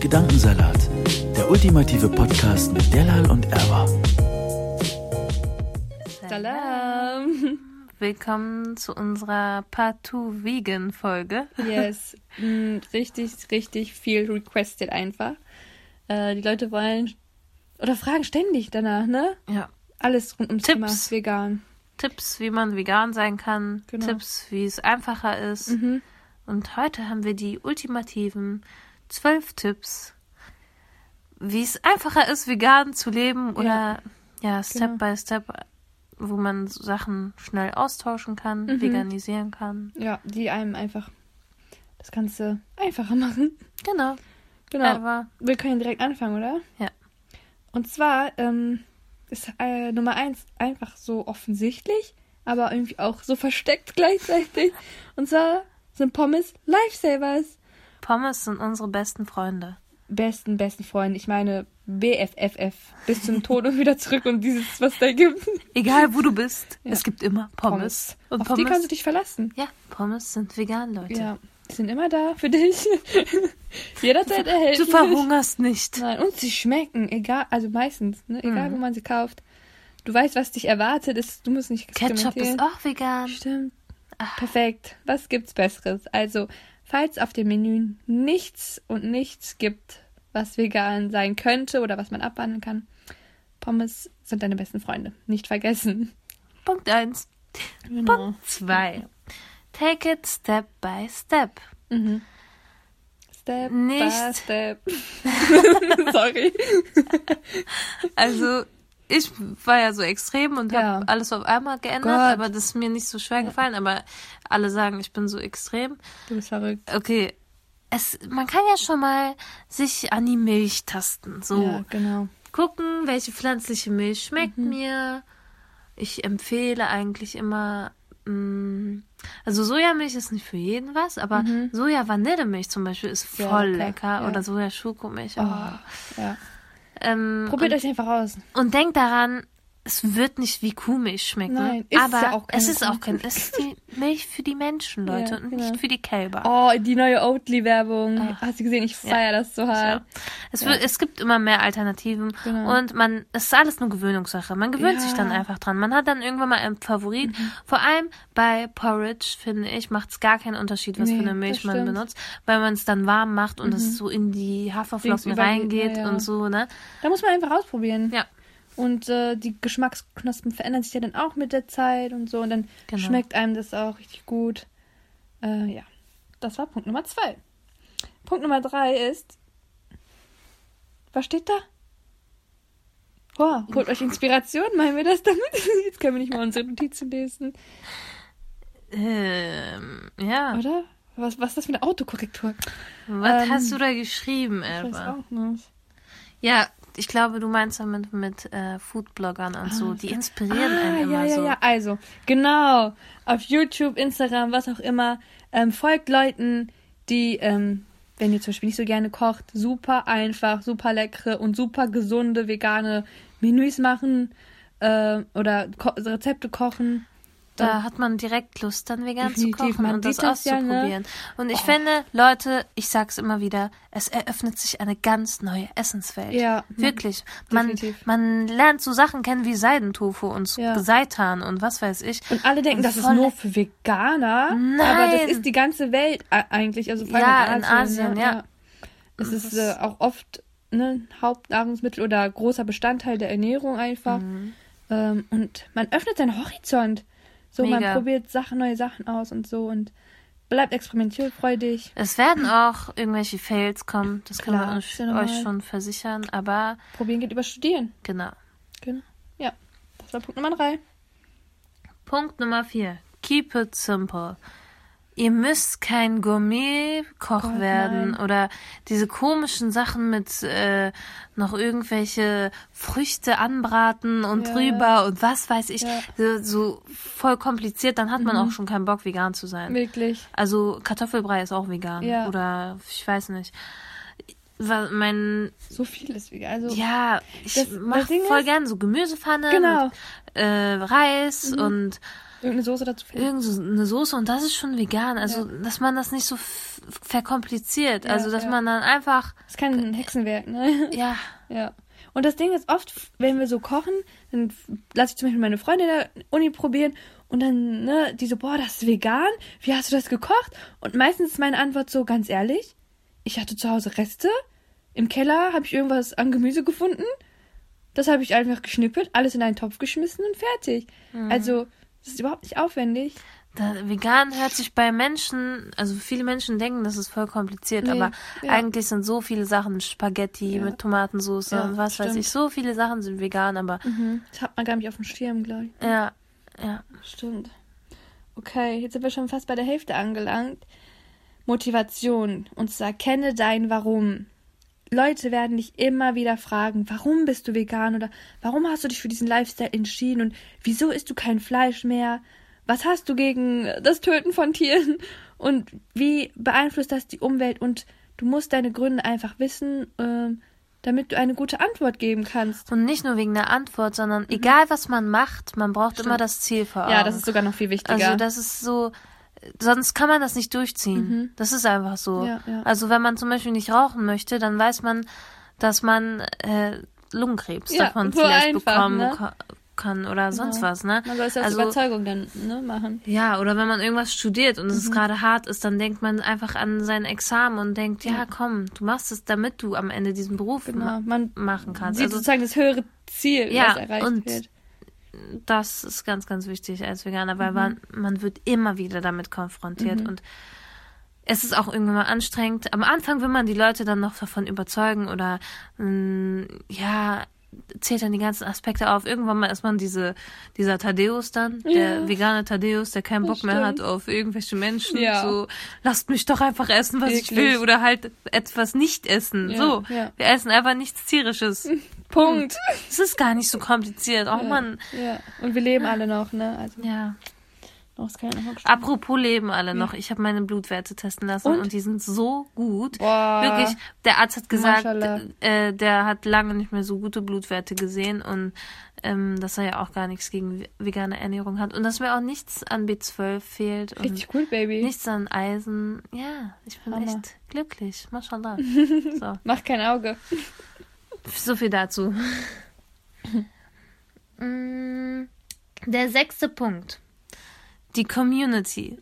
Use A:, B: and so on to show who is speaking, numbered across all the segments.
A: Gedankensalat, der ultimative Podcast mit Delal und Erwa.
B: Salam.
C: Willkommen zu unserer Partout Vegan Folge.
B: Yes. Mm, Richtig, richtig viel requested einfach. Äh, die Leute wollen oder fragen ständig danach, ne?
C: Ja.
B: Alles rund ums Thema
C: Tipps.
B: vegan.
C: Tipps, wie man vegan sein kann,
B: Genau.
C: Tipps, wie es einfacher ist.
B: Mhm.
C: Und heute haben wir die ultimativen zwölf Tipps, wie es einfacher ist, vegan zu leben oder ja,
B: Genau.
C: Step by Step, wo man so Sachen schnell austauschen kann,
B: Mhm.
C: veganisieren kann.
B: Ja, die einem einfach das Ganze einfacher machen.
C: Genau.
B: Genau.
C: Aber
B: Wir können direkt anfangen, oder?
C: Ja.
B: Und zwar ähm, ist äh, Nummer eins einfach so offensichtlich, aber irgendwie auch so versteckt gleichzeitig. Und zwar sind Pommes Lifesavers.
C: Pommes sind unsere besten Freunde.
B: Besten, besten Freunde. Ich meine, BFFF. Bis zum Tod und wieder zurück und dieses, was da gibt.
C: Egal wo du bist,
B: Ja.
C: es gibt immer Pommes. Und
B: Auf die kannst du dich verlassen.
C: Ja, Pommes sind vegan, Leute.
B: Ja. Die sind immer da für dich. Jederzeit
C: Du
B: erhältlich.
C: verhungerst nicht.
B: Nein, und sie schmecken, egal, also meistens, ne? egal
C: Mhm.
B: wo man sie kauft. Du weißt, was dich erwartet, ist, du musst nicht
C: Ketchup ist
B: experimentieren.
C: auch vegan.
B: Stimmt. Ah. Perfekt. Was gibt's Besseres? Also, falls auf dem Menü nichts und nichts gibt, was vegan sein könnte oder was man abwandeln kann, Pommes sind deine besten Freunde. Nicht vergessen.
C: Punkt 1.
B: Genau.
C: Punkt 2. Take it step by step.
B: Mhm. Step by
C: Nicht-
B: step. Sorry.
C: Also, ich war ja so extrem und
B: Ja.
C: habe alles auf einmal geändert,
B: Gott.
C: aber das ist mir nicht so schwer gefallen. Aber alle sagen, ich bin so extrem.
B: Du bist verrückt.
C: Okay, es, man kann ja schon mal sich an die Milch tasten. So,
B: Ja, genau.
C: gucken, welche pflanzliche Milch schmeckt
B: Mhm.
C: mir. Ich empfehle eigentlich immer, mh, also Sojamilch ist nicht für jeden was, aber Soja-Vanillemilch zum Beispiel ist
B: Sehr
C: voll
B: lecker,
C: lecker
B: Mhm. ja.
C: oder Soja-Schokomilch.
B: Oh, ja.
C: Ähm,
B: Probiert euch einfach aus.
C: und denkt daran, es wird nicht wie Kuhmilch schmecken,
B: Nein, ist
C: aber
B: ja auch keine
C: es ist auch
B: Kuhmilch.
C: kein, es ist die Milch für die Menschen, Leute,
B: Ja,
C: und
B: genau.
C: nicht für die Kälber.
B: Oh, die neue Oatly-Werbung.
C: Ach.
B: Hast du gesehen? Ah. Ich feiere das so hart.
C: Ja. Es, wird, es gibt immer mehr Alternativen
B: Genau.
C: und man es ist alles nur Gewöhnungssache. Man gewöhnt
B: Ja. Mhm.
C: sich dann einfach dran. Man hat dann irgendwann mal einen Favorit. Vor allem bei Porridge, finde ich, macht es gar keinen Unterschied, was
B: Nee,
C: für eine
B: das
C: Milch man
B: stimmt. Mhm.
C: benutzt, weil man es dann warm macht und es so in die Haferflocken
B: Links übergeht,
C: reingeht
B: ja, ja.
C: und so, ne?
B: Da muss man einfach ausprobieren.
C: Ja.
B: Und äh, die Geschmacksknospen verändern sich ja dann auch mit der Zeit und so. Und dann
C: Genau.
B: schmeckt einem das auch richtig gut. Äh, ja, das war Punkt Nummer zwei. Punkt Nummer drei ist. Was steht da? Boah, holt euch Inspiration, meinen wir das damit? Jetzt können wir nicht mal unsere Notizen lesen,
C: Ähm, ja.
B: oder? Was, was ist das für eine Autokorrektur?
C: Was
B: Ähm,
C: hast du da geschrieben,
B: Ich weiß
C: Elva?
B: auch nicht.
C: Ja, ich glaube, du meinst damit mit äh, Foodbloggern und so. Die inspirieren einen immer
B: Ah, ja, ja,
C: so.
B: ja. Also, genau. Auf YouTube, Instagram, was auch immer. Ähm, folgt Leuten, die, ähm, wenn ihr zum Beispiel nicht so gerne kocht, super einfach, super leckere und super gesunde vegane Menüs machen äh, oder ko Rezepte kochen.
C: Da hat man direkt Lust, dann vegan
B: Definitiv,
C: zu kochen
B: man
C: und das
B: sieht das ja, ne?
C: auszuprobieren. Und ich finde, Leute, ich sag's immer wieder, es eröffnet sich eine ganz neue Essenswelt.
B: Ja, ja.
C: Wirklich. Man,
B: Definitiv.
C: man lernt so Sachen kennen wie Seidentofu und
B: Ja.
C: Seitan und was weiß ich.
B: Und alle denken,
C: Und
B: das ist
C: voll- ne-
B: nur für Veganer.
C: Nein.
B: Aber das ist die ganze Welt äh, eigentlich. Also vor allem
C: Ja,
B: in
C: in
B: Asien.
C: Asien,
B: ne?
C: ja.
B: Es ist äh, auch oft ne, Hauptnahrungsmittel oder großer Bestandteil der Ernährung einfach.
C: Mhm.
B: Ähm, und man öffnet seinen Horizont. So, man
C: Mega.
B: probiert Sachen, neue Sachen aus und so und bleibt experimentierfreudig.
C: Es werden auch irgendwelche Fails kommen, das kann
B: Klar,
C: man
B: ist
C: euch,
B: ja normal.
C: euch schon versichern, aber
B: Probieren geht über Studieren.
C: genau.
B: Genau. Ja, das war Punkt Nummer drei.
C: Punkt Nummer vier. Keep it simple. Ihr müsst kein Gourmet-Koch
B: Gott,
C: werden
B: nein.
C: oder diese komischen Sachen mit äh, noch irgendwelche Früchte anbraten und
B: Ja.
C: drüber und was weiß ich.
B: Ja.
C: So,
B: Mhm.
C: so voll kompliziert, dann hat man auch schon keinen Bock, vegan zu sein.
B: Wirklich.
C: Also Kartoffelbrei ist auch vegan
B: Ja.
C: oder ich weiß nicht. Wa- Mein,
B: So viel ist vegan. Also,
C: ja, ich
B: Das- das
C: mache
B: Ding
C: voll
B: ist-
C: gern so Gemüsepfanne
B: Genau.
C: mit äh, Reis und
B: Irgendeine Soße dazu finden.
C: Irgendeine Soße und das ist schon vegan. Also, dass man das nicht so f- verkompliziert.
B: Ja,
C: also, dass
B: ja.
C: man dann einfach,
B: Das ist kein Hexenwerk, ne?
C: ja,
B: Ja. Und das Ding ist oft, wenn wir so kochen, dann lasse ich zum Beispiel meine Freunde in der Uni probieren und dann, ne, die so, boah, das ist vegan, wie hast du das gekocht? Und meistens ist meine Antwort so, ganz ehrlich, ich hatte zu Hause Reste, im Keller habe ich irgendwas an Gemüse gefunden, das habe ich einfach geschnippelt, alles in einen Topf geschmissen und fertig. Also, das ist überhaupt nicht aufwendig.
C: Da, vegan hört sich bei Menschen, also viele Menschen denken, das ist voll kompliziert,
B: Nee,
C: aber
B: ja.
C: eigentlich sind so viele Sachen Spaghetti
B: Ja.
C: mit Tomatensauce
B: Ja,
C: und was weiß
B: stimmt. Mhm.
C: ich, so viele Sachen sind vegan, aber
B: Das hat man gar nicht auf dem Schirm, glaube ich.
C: ja, ja.
B: Stimmt. Okay, jetzt sind wir schon fast bei der Hälfte angelangt. Motivation. Und zwar kenne dein Warum. Leute werden dich immer wieder fragen, warum bist du vegan oder warum hast du dich für diesen Lifestyle entschieden und wieso isst du kein Fleisch mehr? Was hast du gegen das Töten von Tieren und wie beeinflusst das die Umwelt? Und du musst deine Gründe einfach wissen, ähm, damit du eine gute Antwort geben kannst.
C: Und nicht nur wegen der Antwort, sondern egal was man macht, man braucht immer das Ziel vor Augen.
B: Mhm. Ja, das ist sogar noch viel wichtiger.
C: Ähm, Also das ist so, sonst kann man das nicht durchziehen. Das ist einfach so.
B: Mhm. Ja, ja.
C: Also wenn man zum Beispiel nicht rauchen möchte, dann weiß man, dass man äh, Lungenkrebs
B: Ja,
C: davon
B: so
C: vielleicht
B: einfach,
C: bekommen
B: ne?
C: ka- kann oder sonst
B: Genau.
C: was, ne?
B: Man soll es aus
C: also,
B: Überzeugung dann ne, machen.
C: ja, oder wenn man irgendwas studiert und
B: Mhm.
C: es gerade hart ist, dann denkt man einfach an sein Examen und denkt, ja, komm, du machst es, damit du am Ende diesen Beruf
B: Genau.
C: ma
B: Man
C: machen kannst.
B: sieht
C: Also
B: sozusagen das höhere Ziel,
C: Ja,
B: was erreicht
C: und-
B: wird.
C: das ist ganz, ganz wichtig als Veganer,
B: Mhm.
C: weil man, man wird immer wieder damit konfrontiert und es ist auch irgendwann mal anstrengend. Am Anfang will man die Leute dann noch davon überzeugen oder mh, ja, zählt dann die ganzen Aspekte auf. Irgendwann mal ist man diese, dieser Thaddeus dann, der vegane Thaddeus, der keinen Bock
B: Das
C: mehr hat
B: stimmt.
C: auf irgendwelche Menschen.
B: Ja.
C: So, lasst mich doch einfach essen, was ich
B: Wirklich.
C: will oder halt etwas nicht essen.
B: Ja,
C: so,
B: ja.
C: wir essen einfach nichts Tierisches.
B: Punkt.
C: es ist gar nicht so kompliziert. Oh Mann.
B: Ja. Und wir leben alle noch, ne? Also
C: Ja.
B: noch ist keiner noch gestorben.
C: Apropos leben alle noch. Ich habe meine Blutwerte testen lassen und,
B: Hm. Und?
C: die sind so gut.
B: Boah.
C: Wirklich, der Arzt hat gesagt,
B: Mashallah.
C: äh, der hat lange nicht mehr so gute Blutwerte gesehen und ähm, dass er ja auch gar nichts gegen ve- vegane Ernährung hat und dass mir auch nichts an B12 fehlt und
B: Richtig gut, Baby.
C: nichts an Eisen. Ja, ich bin
B: Hammer.
C: echt glücklich. Mashallah. so.
B: Mach kein Auge.
C: so viel dazu. Mm, Der sechste Punkt. Die Community.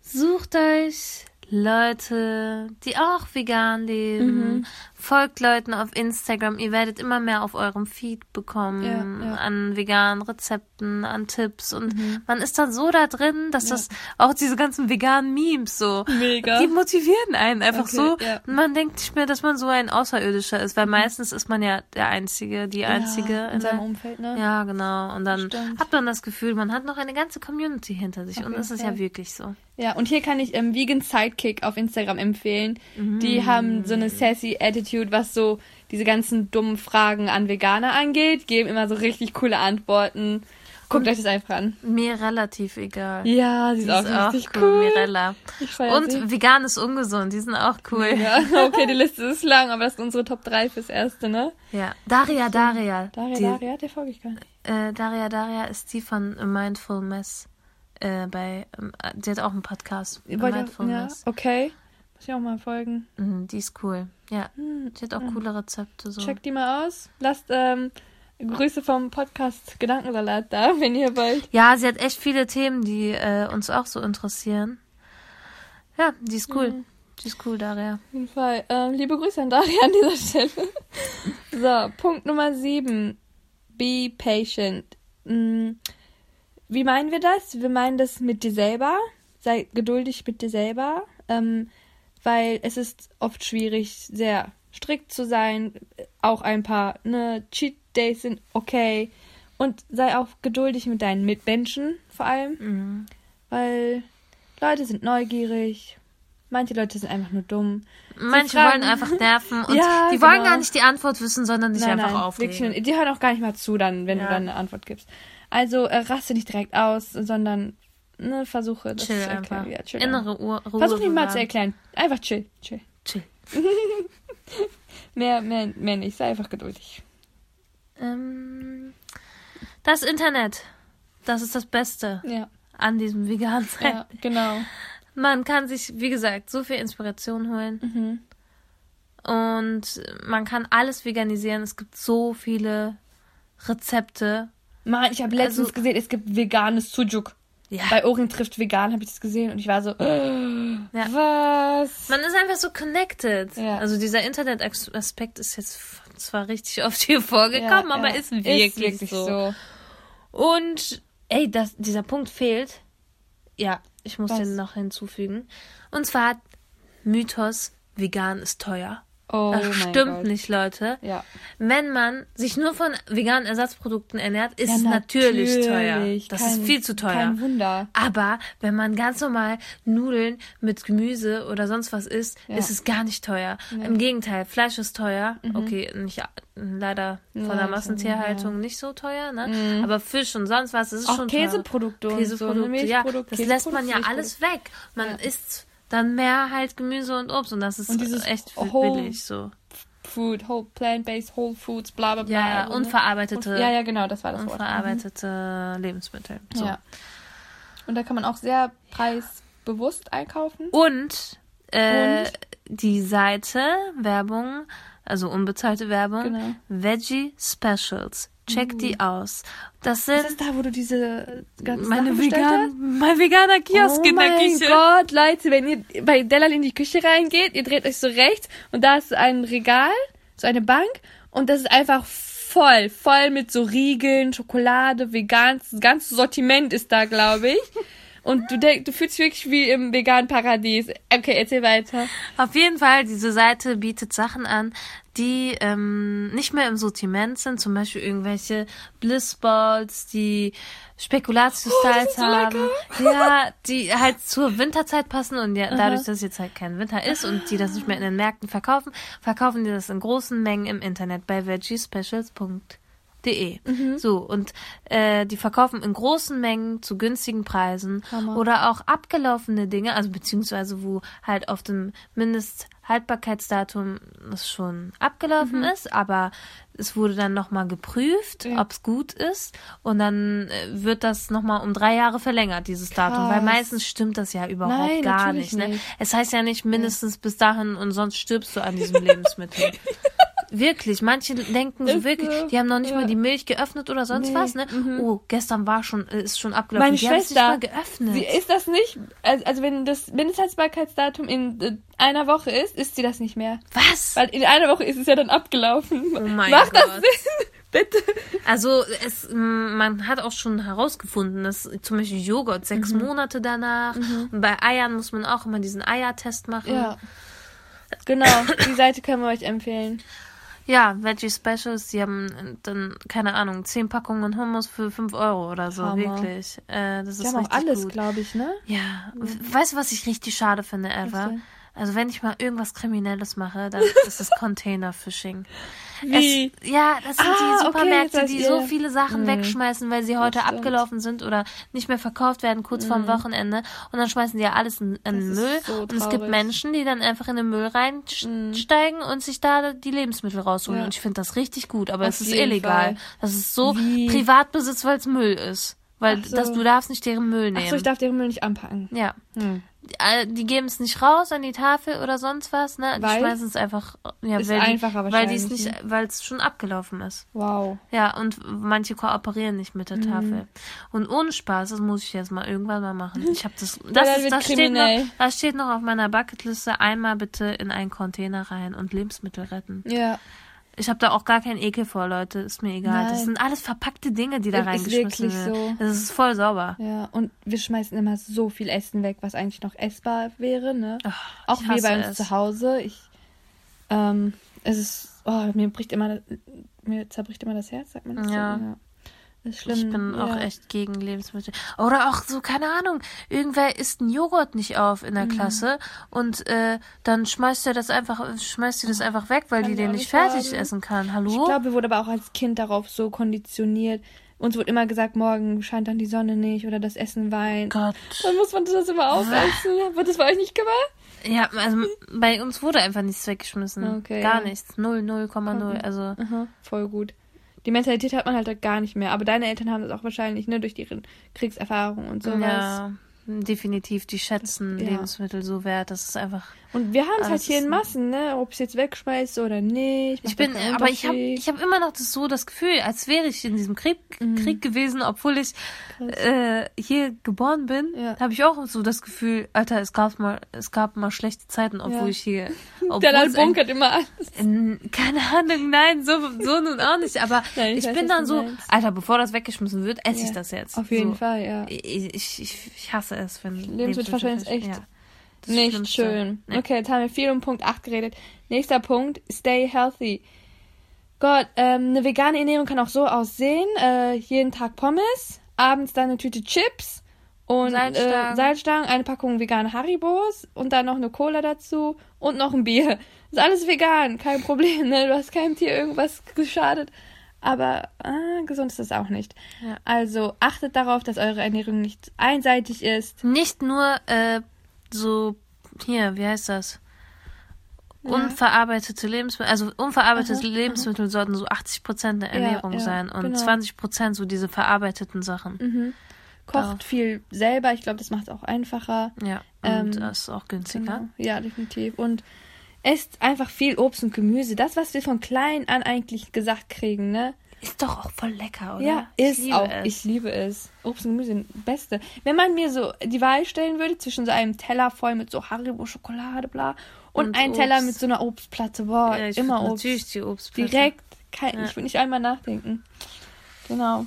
C: Sucht euch Leute, die auch vegan leben. Folgt Leuten auf Instagram. Ihr werdet immer mehr auf eurem Feed bekommen
B: Ja, ja.
C: an veganen Rezepten, an Tipps. Und man ist dann so da drin, dass das auch diese ganzen veganen Memes so.
B: Mega.
C: Die motivieren einen einfach
B: Okay,
C: so.
B: ja. Mhm.
C: Und Man denkt nicht mehr, dass man so ein Außerirdischer ist, weil meistens ist man ja der Einzige, die Einzige.
B: ja, in
C: der-
B: seinem Umfeld, ne?
C: ja, genau. Und dann
B: Stimmt.
C: hat man das Gefühl, man hat noch eine ganze Community hinter sich. Und
B: jeden
C: das ist ja
B: Fall.
C: wirklich so.
B: Ja, und hier kann ich ähm, Vegan Sidekick auf Instagram empfehlen.
C: Mhm.
B: Die haben so eine sassy Attitude, was so diese ganzen dummen Fragen an Veganer angeht, geben immer so richtig coole Antworten. Guckt euch das einfach an.
C: Mir relativ egal.
B: Ja, sie ist,
C: Die
B: auch
C: ist auch
B: richtig
C: cool,
B: cool.
C: Mirella.
B: Ich feier
C: Und
B: sie.
C: vegan ist ungesund, die sind auch cool. Ja.
B: Ja, okay, die Liste ist lang, aber das sind unsere Top 3 fürs Erste, ne?
C: Daria, Daria.
B: Daria,
C: die,
B: Daria, der folge ich gar nicht.
C: Äh, Daria, Daria ist die von Mindful Mess. Äh, bei, ähm, die hat auch einen Podcast. Mindful
B: ja,
C: Mess.
B: okay. Muss ich auch mal folgen.
C: Mhm, die ist cool. Ja.
B: Hm,
C: Die hat auch coole Rezepte. So.
B: Checkt die mal aus. Lasst ähm, Grüße vom Podcast Gedankensalat da, wenn ihr wollt.
C: Ja, sie hat echt viele Themen, die äh, uns auch so interessieren. Ja, die ist cool. Die ist cool, Daria.
B: Auf jeden Fall. Ähm, liebe Grüße an Daria an dieser Stelle. So, Punkt Nummer 7. Be patient. Mm, Wie meinen wir das? Wir meinen das mit dir selber. Sei geduldig mit dir selber. Ähm, weil es ist oft schwierig, sehr strikt zu sein. Auch ein paar ne, Cheat Days sind okay. Und sei auch geduldig mit deinen Mitmenschen vor allem.
C: Mhm.
B: Weil Leute sind neugierig. Manche Leute sind einfach nur dumm.
C: Manche
B: fragen-
C: wollen einfach nerven und
B: Ja,
C: die wollen
B: genau.
C: gar nicht die Antwort wissen, sondern sich einfach
B: wirklich
C: aufregen.
B: nur- Die hören auch gar nicht mal zu, dann, wenn
C: Ja.
B: du dann eine Antwort gibst. Also äh, raste nicht direkt aus, sondern ne, versuche das
C: Chill
B: zu erklären.
C: einfach.
B: Ja, chill einfach.
C: Innere Ur- Ruhe.
B: Versuch nicht mal zu
C: bewahren.
B: erklären. Einfach chill, chill.
C: Chill.
B: Mehr, mehr, mehr nicht. Sei einfach geduldig.
C: Ähm, das Internet. Das ist das Beste
B: Ja,
C: an diesem vegan sein.
B: ja genau.
C: Man kann sich, wie gesagt, so viel Inspiration holen.
B: Mhm.
C: Und man kann alles veganisieren. Es gibt so viele Rezepte.
B: Mann, ich habe letztens
C: Also-
B: gesehen, es gibt veganes Sujuk.
C: Ja.
B: Bei Ohren trifft vegan, habe ich das gesehen und ich war so,
C: Ja.
B: was?
C: Man ist einfach so connected.
B: Ja.
C: Also dieser Internet-Aspekt ist jetzt f- zwar richtig oft hier vorgekommen,
B: Ja,
C: aber
B: ja.
C: ist wirklich, so. Und ey, das, dieser Punkt fehlt. Ja, ich muss
B: Was?
C: den noch hinzufügen. Und zwar Mythos, vegan ist teuer.
B: Oh
C: das
B: mein
C: stimmt
B: Gott.
C: nicht, Leute.
B: Ja.
C: Wenn man sich nur von veganen Ersatzprodukten ernährt, ist
B: Ja,
C: es natürlich, teuer.
B: natürlich.
C: Das
B: Kein-
C: ist viel zu teuer.
B: Kein Wunder.
C: Aber wenn man ganz normal Nudeln mit Gemüse oder sonst was isst,
B: Ja. Mhm.
C: ist es gar nicht teuer. Im Gegenteil, Fleisch ist teuer. Okay, nicht, leider von
B: Leider, Mhm.
C: der Massentierhaltung nicht so teuer, ne? Aber Fisch und sonst was ist
B: Auch
C: schon
B: Käseprodukte
C: teuer.
B: und so,
C: Käseprodukte,
B: ne?
C: ja, das
B: Milchprodukte,
C: lässt man ja
B: Käseprodukte,
C: alles weg. Man
B: Ja.
C: isst dann mehr halt Gemüse und Obst und das ist
B: Und dieses
C: echt
B: whole-
C: billig so.
B: Food, whole, plant-based, whole foods, bla bla bla.
C: Ja, ja,
B: also, ne?
C: unverarbeitete,
B: Ja, ja, genau, das war das Wort. Mhm.
C: unverarbeitete Lebensmittel. So.
B: Ja. Und da kann man auch sehr preisbewusst einkaufen.
C: Und, äh,
B: Und?
C: die Seite Werbung, also unbezahlte Werbung,
B: Genau. Uh.
C: Veggie Specials. Check die aus. Das
B: Ist
C: sind
B: das da, wo du diese ganzen
C: meine
B: Sachen bestellt hast?
C: vegan, mein veganer Kiosk
B: oh
C: in der
B: mein
C: Küche.
B: Gott, Leute, wenn ihr bei Delal in die Küche reingeht, ihr dreht euch so rechts und da ist ein Regal, so eine Bank und das ist einfach voll, voll mit so Riegeln, Schokolade, vegan, das ganze Sortiment ist da, glaube ich. Und du denkst, du fühlst dich wirklich wie im veganen Paradies. Okay, erzähl weiter.
C: Auf jeden Fall, diese Seite bietet Sachen an, die ähm, nicht mehr im Sortiment sind, zum Beispiel irgendwelche Blissballs, die Spekulatius-Styles
B: so
C: haben. Ja, die halt zur Winterzeit passen und ja, dadurch, dass jetzt halt kein Winter ist und die das nicht mehr in den Märkten verkaufen, verkaufen die das in großen Mengen im Internet bei veggiespecials.de. So, und äh, die verkaufen in großen Mengen zu günstigen Preisen
B: Hammer.
C: oder auch abgelaufene Dinge, also beziehungsweise wo halt auf dem Mindesthaltbarkeitsdatum es schon abgelaufen ist, aber es wurde dann nochmal geprüft,
B: Mhm. Ja.
C: ob es gut ist und dann äh, wird das nochmal um drei Jahre verlängert, dieses Datum, weil
B: Krass.
C: meistens stimmt das ja überhaupt
B: Nein,
C: gar
B: natürlich
C: nicht. Ne?
B: nicht.
C: Es heißt ja nicht mindestens bis dahin und sonst stirbst du an diesem Lebensmittel. Wirklich, manche denken so
B: Ist
C: wirklich,
B: so.
C: die haben noch nicht
B: Ja.
C: mal die Milch geöffnet oder sonst
B: Nee. Mhm.
C: was, ne? Oh, gestern war schon, äh, ist schon abgelaufen.
B: Meine
C: die
B: Schwester,
C: haben es nicht mal geöffnet.
B: Sie ist das nicht, also, also wenn das Mindesthaltbarkeitsdatum in äh, einer Woche ist, ist sie das nicht mehr.
C: was?
B: Weil in einer Woche ist es ja dann abgelaufen.
C: Oh mein
B: Macht das
C: Gott.
B: Sinn? Bitte.
C: Also es, m, man hat auch schon herausgefunden, dass zum Beispiel Joghurt sechs
B: Mhm.
C: Monate danach, und bei Eiern muss man auch immer diesen Eiertest machen.
B: Ja. Genau, die Seite können wir euch empfehlen.
C: Ja, Veggie Specials, die haben äh, dann, keine Ahnung, zehn Packungen Hummus für fünf Euro oder so,
B: Hammer.
C: wirklich. Äh, das
B: Die
C: ist
B: haben auch
C: richtig
B: alles,
C: gut.
B: glaube ich, ne?
C: Ja, we- weißt du, was ich richtig schade finde, Eva?
B: denn?
C: Also wenn ich mal irgendwas Kriminelles mache, dann ist es Container-Phishing.
B: Wie?
C: Es, ja, das sind
B: Ah,
C: die
B: okay,
C: Supermärkte,
B: das-
C: die
B: ja,
C: so
B: ja.
C: viele Sachen wegschmeißen, weil sie heute
B: stimmt. Mhm.
C: abgelaufen sind oder nicht mehr verkauft werden kurz vorm Wochenende. Und dann schmeißen die ja alles in, in den
B: ist
C: Müll.
B: so
C: und es gibt
B: traurig. Mhm.
C: Menschen, die dann einfach in den Müll reinsteigen und sich da die Lebensmittel rausholen.
B: Ja.
C: Und ich finde das richtig gut, aber
B: Auf
C: es ist
B: jeden
C: illegal.
B: Fall.
C: Das ist so
B: Wie?
C: Privatbesitz, weil es Müll ist. Weil
B: Ach so.
C: das, du darfst nicht deren Müll nehmen.
B: Achso, ich darf den Müll nicht anpacken.
C: ja.
B: Hm.
C: Die- all- Äh, die geben es nicht raus an die Tafel oder sonst was, ne? Die
B: Weil?
C: schmeißen es einfach, ja,
B: Ist
C: weil die,
B: einfacher
C: weil die es
B: wahrscheinlich,
C: nicht, weil es schon abgelaufen ist.
B: Wow.
C: Ja, und manche kooperieren nicht mit der
B: Mhm.
C: Tafel. Und ohne Spaß, das muss ich jetzt mal irgendwann mal machen. Ich habe das,
B: dann
C: das, ist,
B: wird
C: das steht noch,
B: kriminell.
C: das steht noch auf meiner Bucketliste. Einmal bitte in einen Container rein und Lebensmittel retten.
B: Ja.
C: Ich habe da auch gar keinen Ekel vor, Leute. Ist mir egal. Das
B: Nein.
C: sind alles verpackte Dinge, die da
B: Ist
C: reingeschmissen
B: wirklich
C: werden.
B: so.
C: Das ist voll sauber.
B: Ja, und wir schmeißen immer so viel Essen weg, was eigentlich noch essbar wäre, ne?
C: Ach,
B: Auch
C: ich
B: wir
C: hasse
B: bei uns
C: es.
B: zu Hause. Ich, ähm, es ist, oh, mir bricht immer, mir zerbricht immer das Herz, sagt man das
C: Ja.
B: so? Ja. Ist schlimm.
C: Ich bin
B: ja.
C: auch echt gegen Lebensmittel. Oder auch so, keine Ahnung, irgendwer isst einen Joghurt nicht auf in der
B: Mhm.
C: Klasse und äh, dann schmeißt er das einfach, schmeißt die das einfach weg, weil
B: Kann
C: die
B: ich
C: den
B: auch
C: nicht
B: nicht
C: fertig
B: haben.
C: essen kann.
B: Ich
C: Hallo?
B: glaube, wir wurden aber auch als Kind darauf so konditioniert. Uns wurde immer gesagt, morgen scheint dann die Sonne nicht oder das Essen weint.
C: Oh Gott.
B: Dann muss man das immer aufessen. Wird das bei euch nicht gemacht?
C: Ja, also bei uns wurde einfach nichts weggeschmissen.
B: Okay,
C: Gar
B: ja.
C: nichts. Null, null Komma null. Also
B: Aha, voll gut. die Mentalität hat man halt, halt gar nicht mehr. Aber deine Eltern haben das auch wahrscheinlich, ne, durch ihre Kriegserfahrung und sowas.
C: Ja, definitiv. Die schätzen
B: Ja.
C: Lebensmittel so wert. Das ist einfach.
B: Und wir haben es
C: Aber
B: halt
C: es
B: hier
C: ist-
B: in Massen, ne? Ob ich es jetzt wegschmeiße oder nicht.
C: Ich
B: macht doch
C: bin,
B: keinen
C: aber ich habe
B: Unterschied.
C: ich hab immer noch das, so das Gefühl, als wäre ich in diesem Krieg,
B: Mhm.
C: Krieg gewesen, obwohl ich äh, hier geboren bin.
B: Ja.
C: Habe ich auch so das Gefühl, Alter, es gab mal, es gab mal schlechte Zeiten, obwohl
B: Ja.
C: ich hier. Obwohl
B: Der Land
C: es ein-
B: bunkert immer alles.
C: N- Keine Ahnung, nein, so, so nun auch nicht. Aber
B: Nein, ich
C: ich,
B: weiß,
C: bin
B: was
C: dann
B: du
C: so,
B: meinst.
C: Alter, bevor das weggeschmissen wird, esse ich
B: Ja,
C: das jetzt.
B: Auf jeden
C: so.
B: Fall, ja.
C: Ich, ich, ich, ich hasse es, wenn
B: Lebensmittelverschwendung ist echt
C: Das
B: Nicht
C: Schlimmste.
B: schön.
C: Nee.
B: Okay, jetzt haben wir viel um Punkt 8 geredet. Nächster Punkt, stay healthy. Gott, ähm, eine vegane Ernährung kann auch so aussehen. Äh, jeden Tag Pommes, abends dann eine Tüte Chips und
C: Salzstangen.
B: Äh, Salzstangen, eine Packung vegane Haribos und dann noch eine Cola dazu und noch ein Bier. Ist alles vegan, kein Problem. Ne? Du hast keinem Tier irgendwas geschadet. Aber äh, gesund ist das auch nicht.
C: Ja.
B: Also achtet darauf, dass eure Ernährung nicht einseitig ist.
C: Nicht nur äh, so, hier, wie heißt das?
B: Ja.
C: Unverarbeitete Lebensmittel, also unverarbeitete
B: Aha,
C: Lebensmittel sollten so 80% der Ernährung
B: ja,
C: sein und
B: genau.
C: 20% so diese verarbeiteten Sachen.
B: Mhm. Kocht
C: Darauf.
B: viel selber. Ich glaube, das macht es auch einfacher.
C: Ja, und
B: Ähm,
C: das ist auch günstiger.
B: Genau. Ja, definitiv. Und esst einfach viel Obst und Gemüse. Das, was wir von klein an eigentlich gesagt kriegen, ne?
C: Ist doch auch voll lecker, oder?
B: Ja,
C: Ich
B: ist
C: liebe
B: auch.
C: es.
B: Ich liebe es. Obst und Gemüse, beste. Wenn man mir so die Wahl stellen würde zwischen so einem Teller voll mit so Haribo Schokolade, bla, und,
C: Und
B: einem Teller
C: Obst.
B: mit so einer Obstplatte, boah,
C: Ja, ich
B: immer
C: würd
B: Obst.
C: Natürlich die Obstplatte.
B: Direkt. Kein,
C: Ja.
B: Ich will nicht einmal nachdenken. Genau.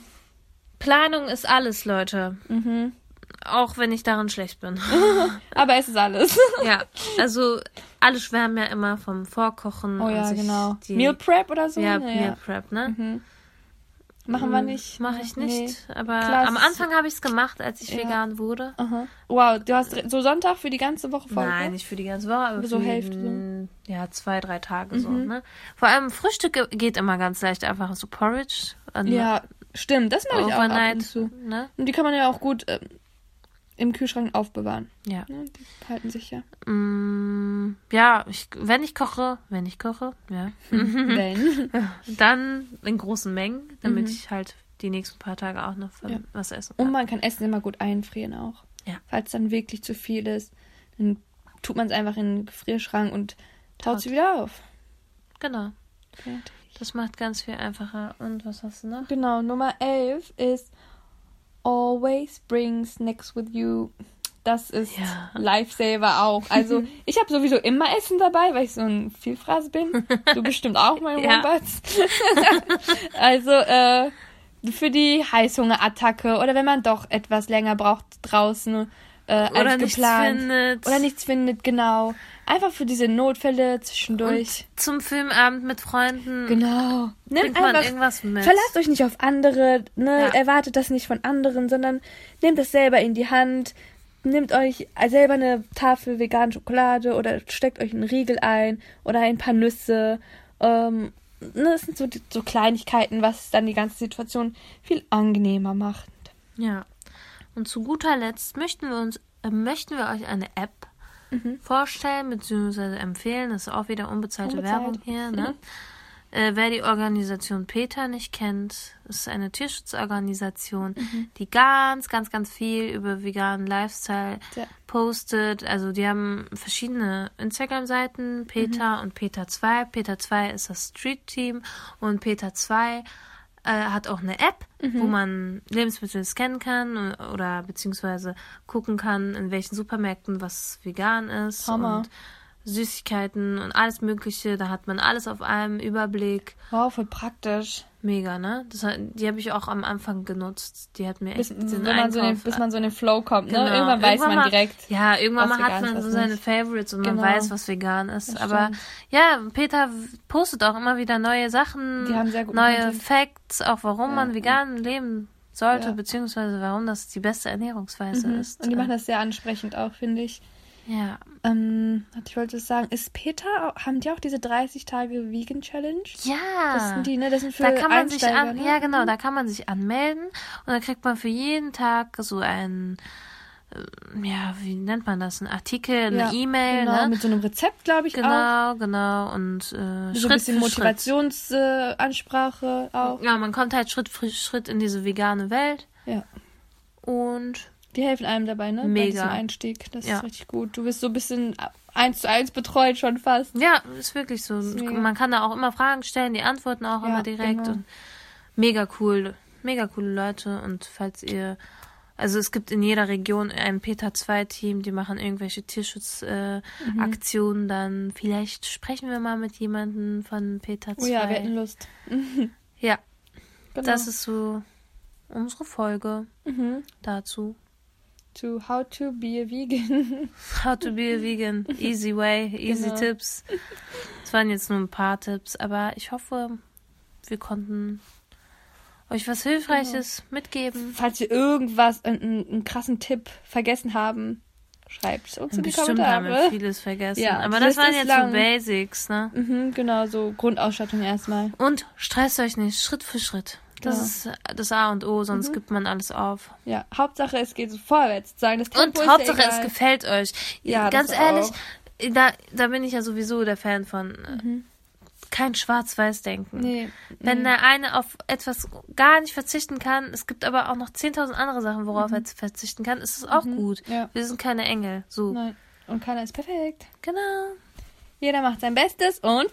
C: Planung ist alles, Leute.
B: Mhm.
C: Auch wenn ich darin schlecht bin.
B: Aber es ist alles.
C: ja, also alle schwärmen ja immer vom Vorkochen.
B: Oh
C: und
B: ja,
C: sich
B: genau.
C: Die,
B: Meal Prep oder so?
C: ja,
B: ne?
C: Meal Prep, ne?
B: Mhm. Machen wir nicht. ne?
C: Mache Hm, Mm, ich
B: Nee.
C: nicht. Aber
B: Klar,
C: am
B: es ist-
C: Anfang habe ich es gemacht, als ich
B: Ja.
C: vegan wurde.
B: Aha. Wow, du hast so Sonntag für die ganze Woche Folge?
C: Nein, nicht für die ganze Woche, aber
B: Aber so
C: für
B: Hälfte
C: jeden- ja zwei, drei Tage so.
B: Mhm.
C: Ne? Vor allem Frühstück geht immer ganz leicht, einfach so Porridge, an-
B: Ja, stimmt. Das mache ich auch ab
C: Overnight,
B: und zu.
C: ne?
B: Und die kann man ja auch gut ähm, im Kühlschrank aufbewahren.
C: Ja.
B: Ne? Die halten sich ja.
C: Mm, ja, ich, wenn ich koche, wenn ich koche, ja,
B: Wenn.
C: dann in großen Mengen, damit
B: Mhm.
C: ich halt die nächsten paar Tage auch noch von
B: Ja. Um
C: was essen kann.
B: Und man kann Essen immer gut einfrieren auch.
C: Ja.
B: Falls dann wirklich zu viel ist, dann tut man es einfach in den Gefrierschrank und taut
C: Taut.
B: sie wieder auf.
C: Genau.
B: Fertig.
C: Das macht ganz viel einfacher. Und was hast du noch?
B: Genau, Nummer 11 ist Always bring snacks with you. Das ist
C: Ja.
B: Lifesaver auch. Also ich habe sowieso immer Essen dabei, weil ich so ein Vielfraß bin. Du bestimmt auch, mein
C: Ja.
B: Wombats. also äh, für die Heißhungerattacke oder wenn man doch etwas länger braucht draußen äh, als
C: Oder nichts
B: geplant.
C: findet.
B: Oder nichts findet, genau. Einfach für diese Notfälle zwischendurch.
C: Zum Filmabend mit Freunden.
B: genau. Nimm
C: Bringt Hm. man
B: einfach
C: irgendwas mit.
B: Verlasst euch nicht auf andere, ne?
C: Ja.
B: erwartet das nicht von anderen, sondern nehmt das selber in die Hand. Nehmt euch selber eine Tafel vegane Schokolade oder steckt euch einen Riegel ein oder ein paar Nüsse. Ähm, ne? Das sind so, die- so Kleinigkeiten, was dann die ganze Situation viel angenehmer macht.
C: Ja. Und zu guter Letzt möchten wir uns, äh, möchten wir euch eine App
B: Mhm.
C: vorstellen bzw. empfehlen. Das ist auch wieder unbezahlte
B: Unbezahlt.
C: Werbung hier. Ne? Äh, wer die Organisation Peter nicht kennt, ist eine Tierschutzorganisation, die ganz, ganz, ganz viel über veganen Lifestyle
B: Ja.
C: postet. Also die haben verschiedene Instagram-Seiten, Peter und Peter 2. Peter 2 ist das Street-Team und Peter 2 äh, hat auch eine App, wo man Lebensmittel scannen kann und- oder beziehungsweise gucken kann, in welchen Supermärkten was vegan ist
B: Hammer.
C: und Süßigkeiten und alles Mögliche. Da hat man alles auf einem Überblick.
B: Wow, voll praktisch.
C: Mega, ne? Das, hat- die habe ich auch am Anfang genutzt. Die hat mir echt
B: Bis,
C: den
B: wenn man so in den,
C: Einkauf...
B: bis man so in den Flow kommt, ne?
C: Genau.
B: Irgendwann weiß man
C: mal-
B: direkt.
C: Ja, irgendwann
B: was
C: mal hat
B: vegan ist,
C: man so
B: was
C: seine
B: nicht.
C: Favorites und
B: Genau.
C: man weiß, was vegan ist.
B: Das
C: Aber
B: stimmt.
C: ja, Peter w- postet auch immer wieder neue Sachen,
B: Die haben sehr guten
C: neue
B: Content.
C: Facts, auch warum
B: Ja,
C: man vegan leben sollte,
B: Ja.
C: beziehungsweise warum das die beste Ernährungsweise
B: Mhm.
C: ist.
B: Und die machen das sehr ansprechend auch, finde ich.
C: ja,
B: Ähm, warte, ich wollte es sagen, ist Peter, haben die auch diese 30 Tage Vegan Challenge?
C: ja.
B: Das sind die, ne? Das sind für
C: da kann man sich
B: Einsteiger,
C: an, genau,
B: ne?
C: ja genau, da kann man sich anmelden und dann kriegt man für jeden Tag so einen äh, ja, wie nennt man das? Ein Artikel, eine
B: Ja,
C: E-Mail,
B: genau,
C: ne?
B: mit so einem Rezept, glaube ich, auch.
C: Genau, genau. Und äh,
B: So ein
C: Schritt
B: bisschen
C: für Schritt.
B: Motivationsansprache äh, Ansprache auch.
C: Ja, man kommt halt Schritt für Schritt in diese vegane Welt
B: Ja.
C: und
B: Die helfen einem dabei, ne? Bei
C: Mega.
B: diesem Einstieg. Das
C: Ja.
B: ist richtig gut. Du wirst so ein bisschen eins zu eins betreut schon fast.
C: ja, ist wirklich so.
B: Ist mega.
C: Man kann da auch immer Fragen stellen, die antworten auch
B: Ja,
C: immer direkt
B: genau.
C: und mega cool, mega coole Leute und falls ihr also es gibt in jeder Region ein Peter 2 Team, die machen irgendwelche Tierschutzaktionen, äh,
B: Mhm.
C: Aktionen, dann vielleicht sprechen wir mal mit jemandem von Peter 2.
B: Oh ja, wir hätten Lust.
C: ja,
B: Genau.
C: das ist so unsere Folge
B: mhm.
C: dazu.
B: to how to be a vegan.
C: How to be a vegan. Easy way, easy
B: Genau.
C: Tipps. Es waren jetzt nur ein paar Tipps, aber ich hoffe, wir konnten euch was Hilfreiches
B: Genau.
C: mitgeben.
B: Falls wir irgendwas, einen, einen krassen Tipp vergessen haben, schreibt uns in die
C: Bestimmt haben wir
B: Kommentare.
C: vieles vergessen.
B: Ja,
C: aber das
B: die Liste
C: waren
B: ist
C: jetzt
B: lang.
C: so Basics, ne?
B: Mhm, genau, so Grundausstattung erstmal.
C: Und stresst euch nicht, Schritt für Schritt.
B: Genau.
C: Das ist das A und O,
B: Mhm.
C: sonst gibt man alles auf.
B: Ja, Hauptsache es geht so vorwärts. Sagen, das Tempo
C: Und
B: ist
C: Hauptsache,
B: ja
C: es
B: egal.
C: gefällt euch.
B: Ja,
C: Ganz
B: das
C: ehrlich,
B: auch. Mhm.
C: da, da bin ich ja sowieso der Fan von. äh, Kein Schwarz-Weiß-Denken.
B: Nee.
C: Wenn der eine auf etwas gar nicht verzichten kann, es gibt aber auch noch 10.000 andere Sachen, worauf er verzichten kann, ist es auch gut.
B: Ja.
C: Wir sind keine Engel. So.
B: Nein. Und keiner ist perfekt.
C: Genau.
B: Jeder macht sein Bestes und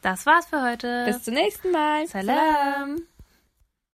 C: Das war's für heute.
B: bis zum nächsten Mal.
C: Salam.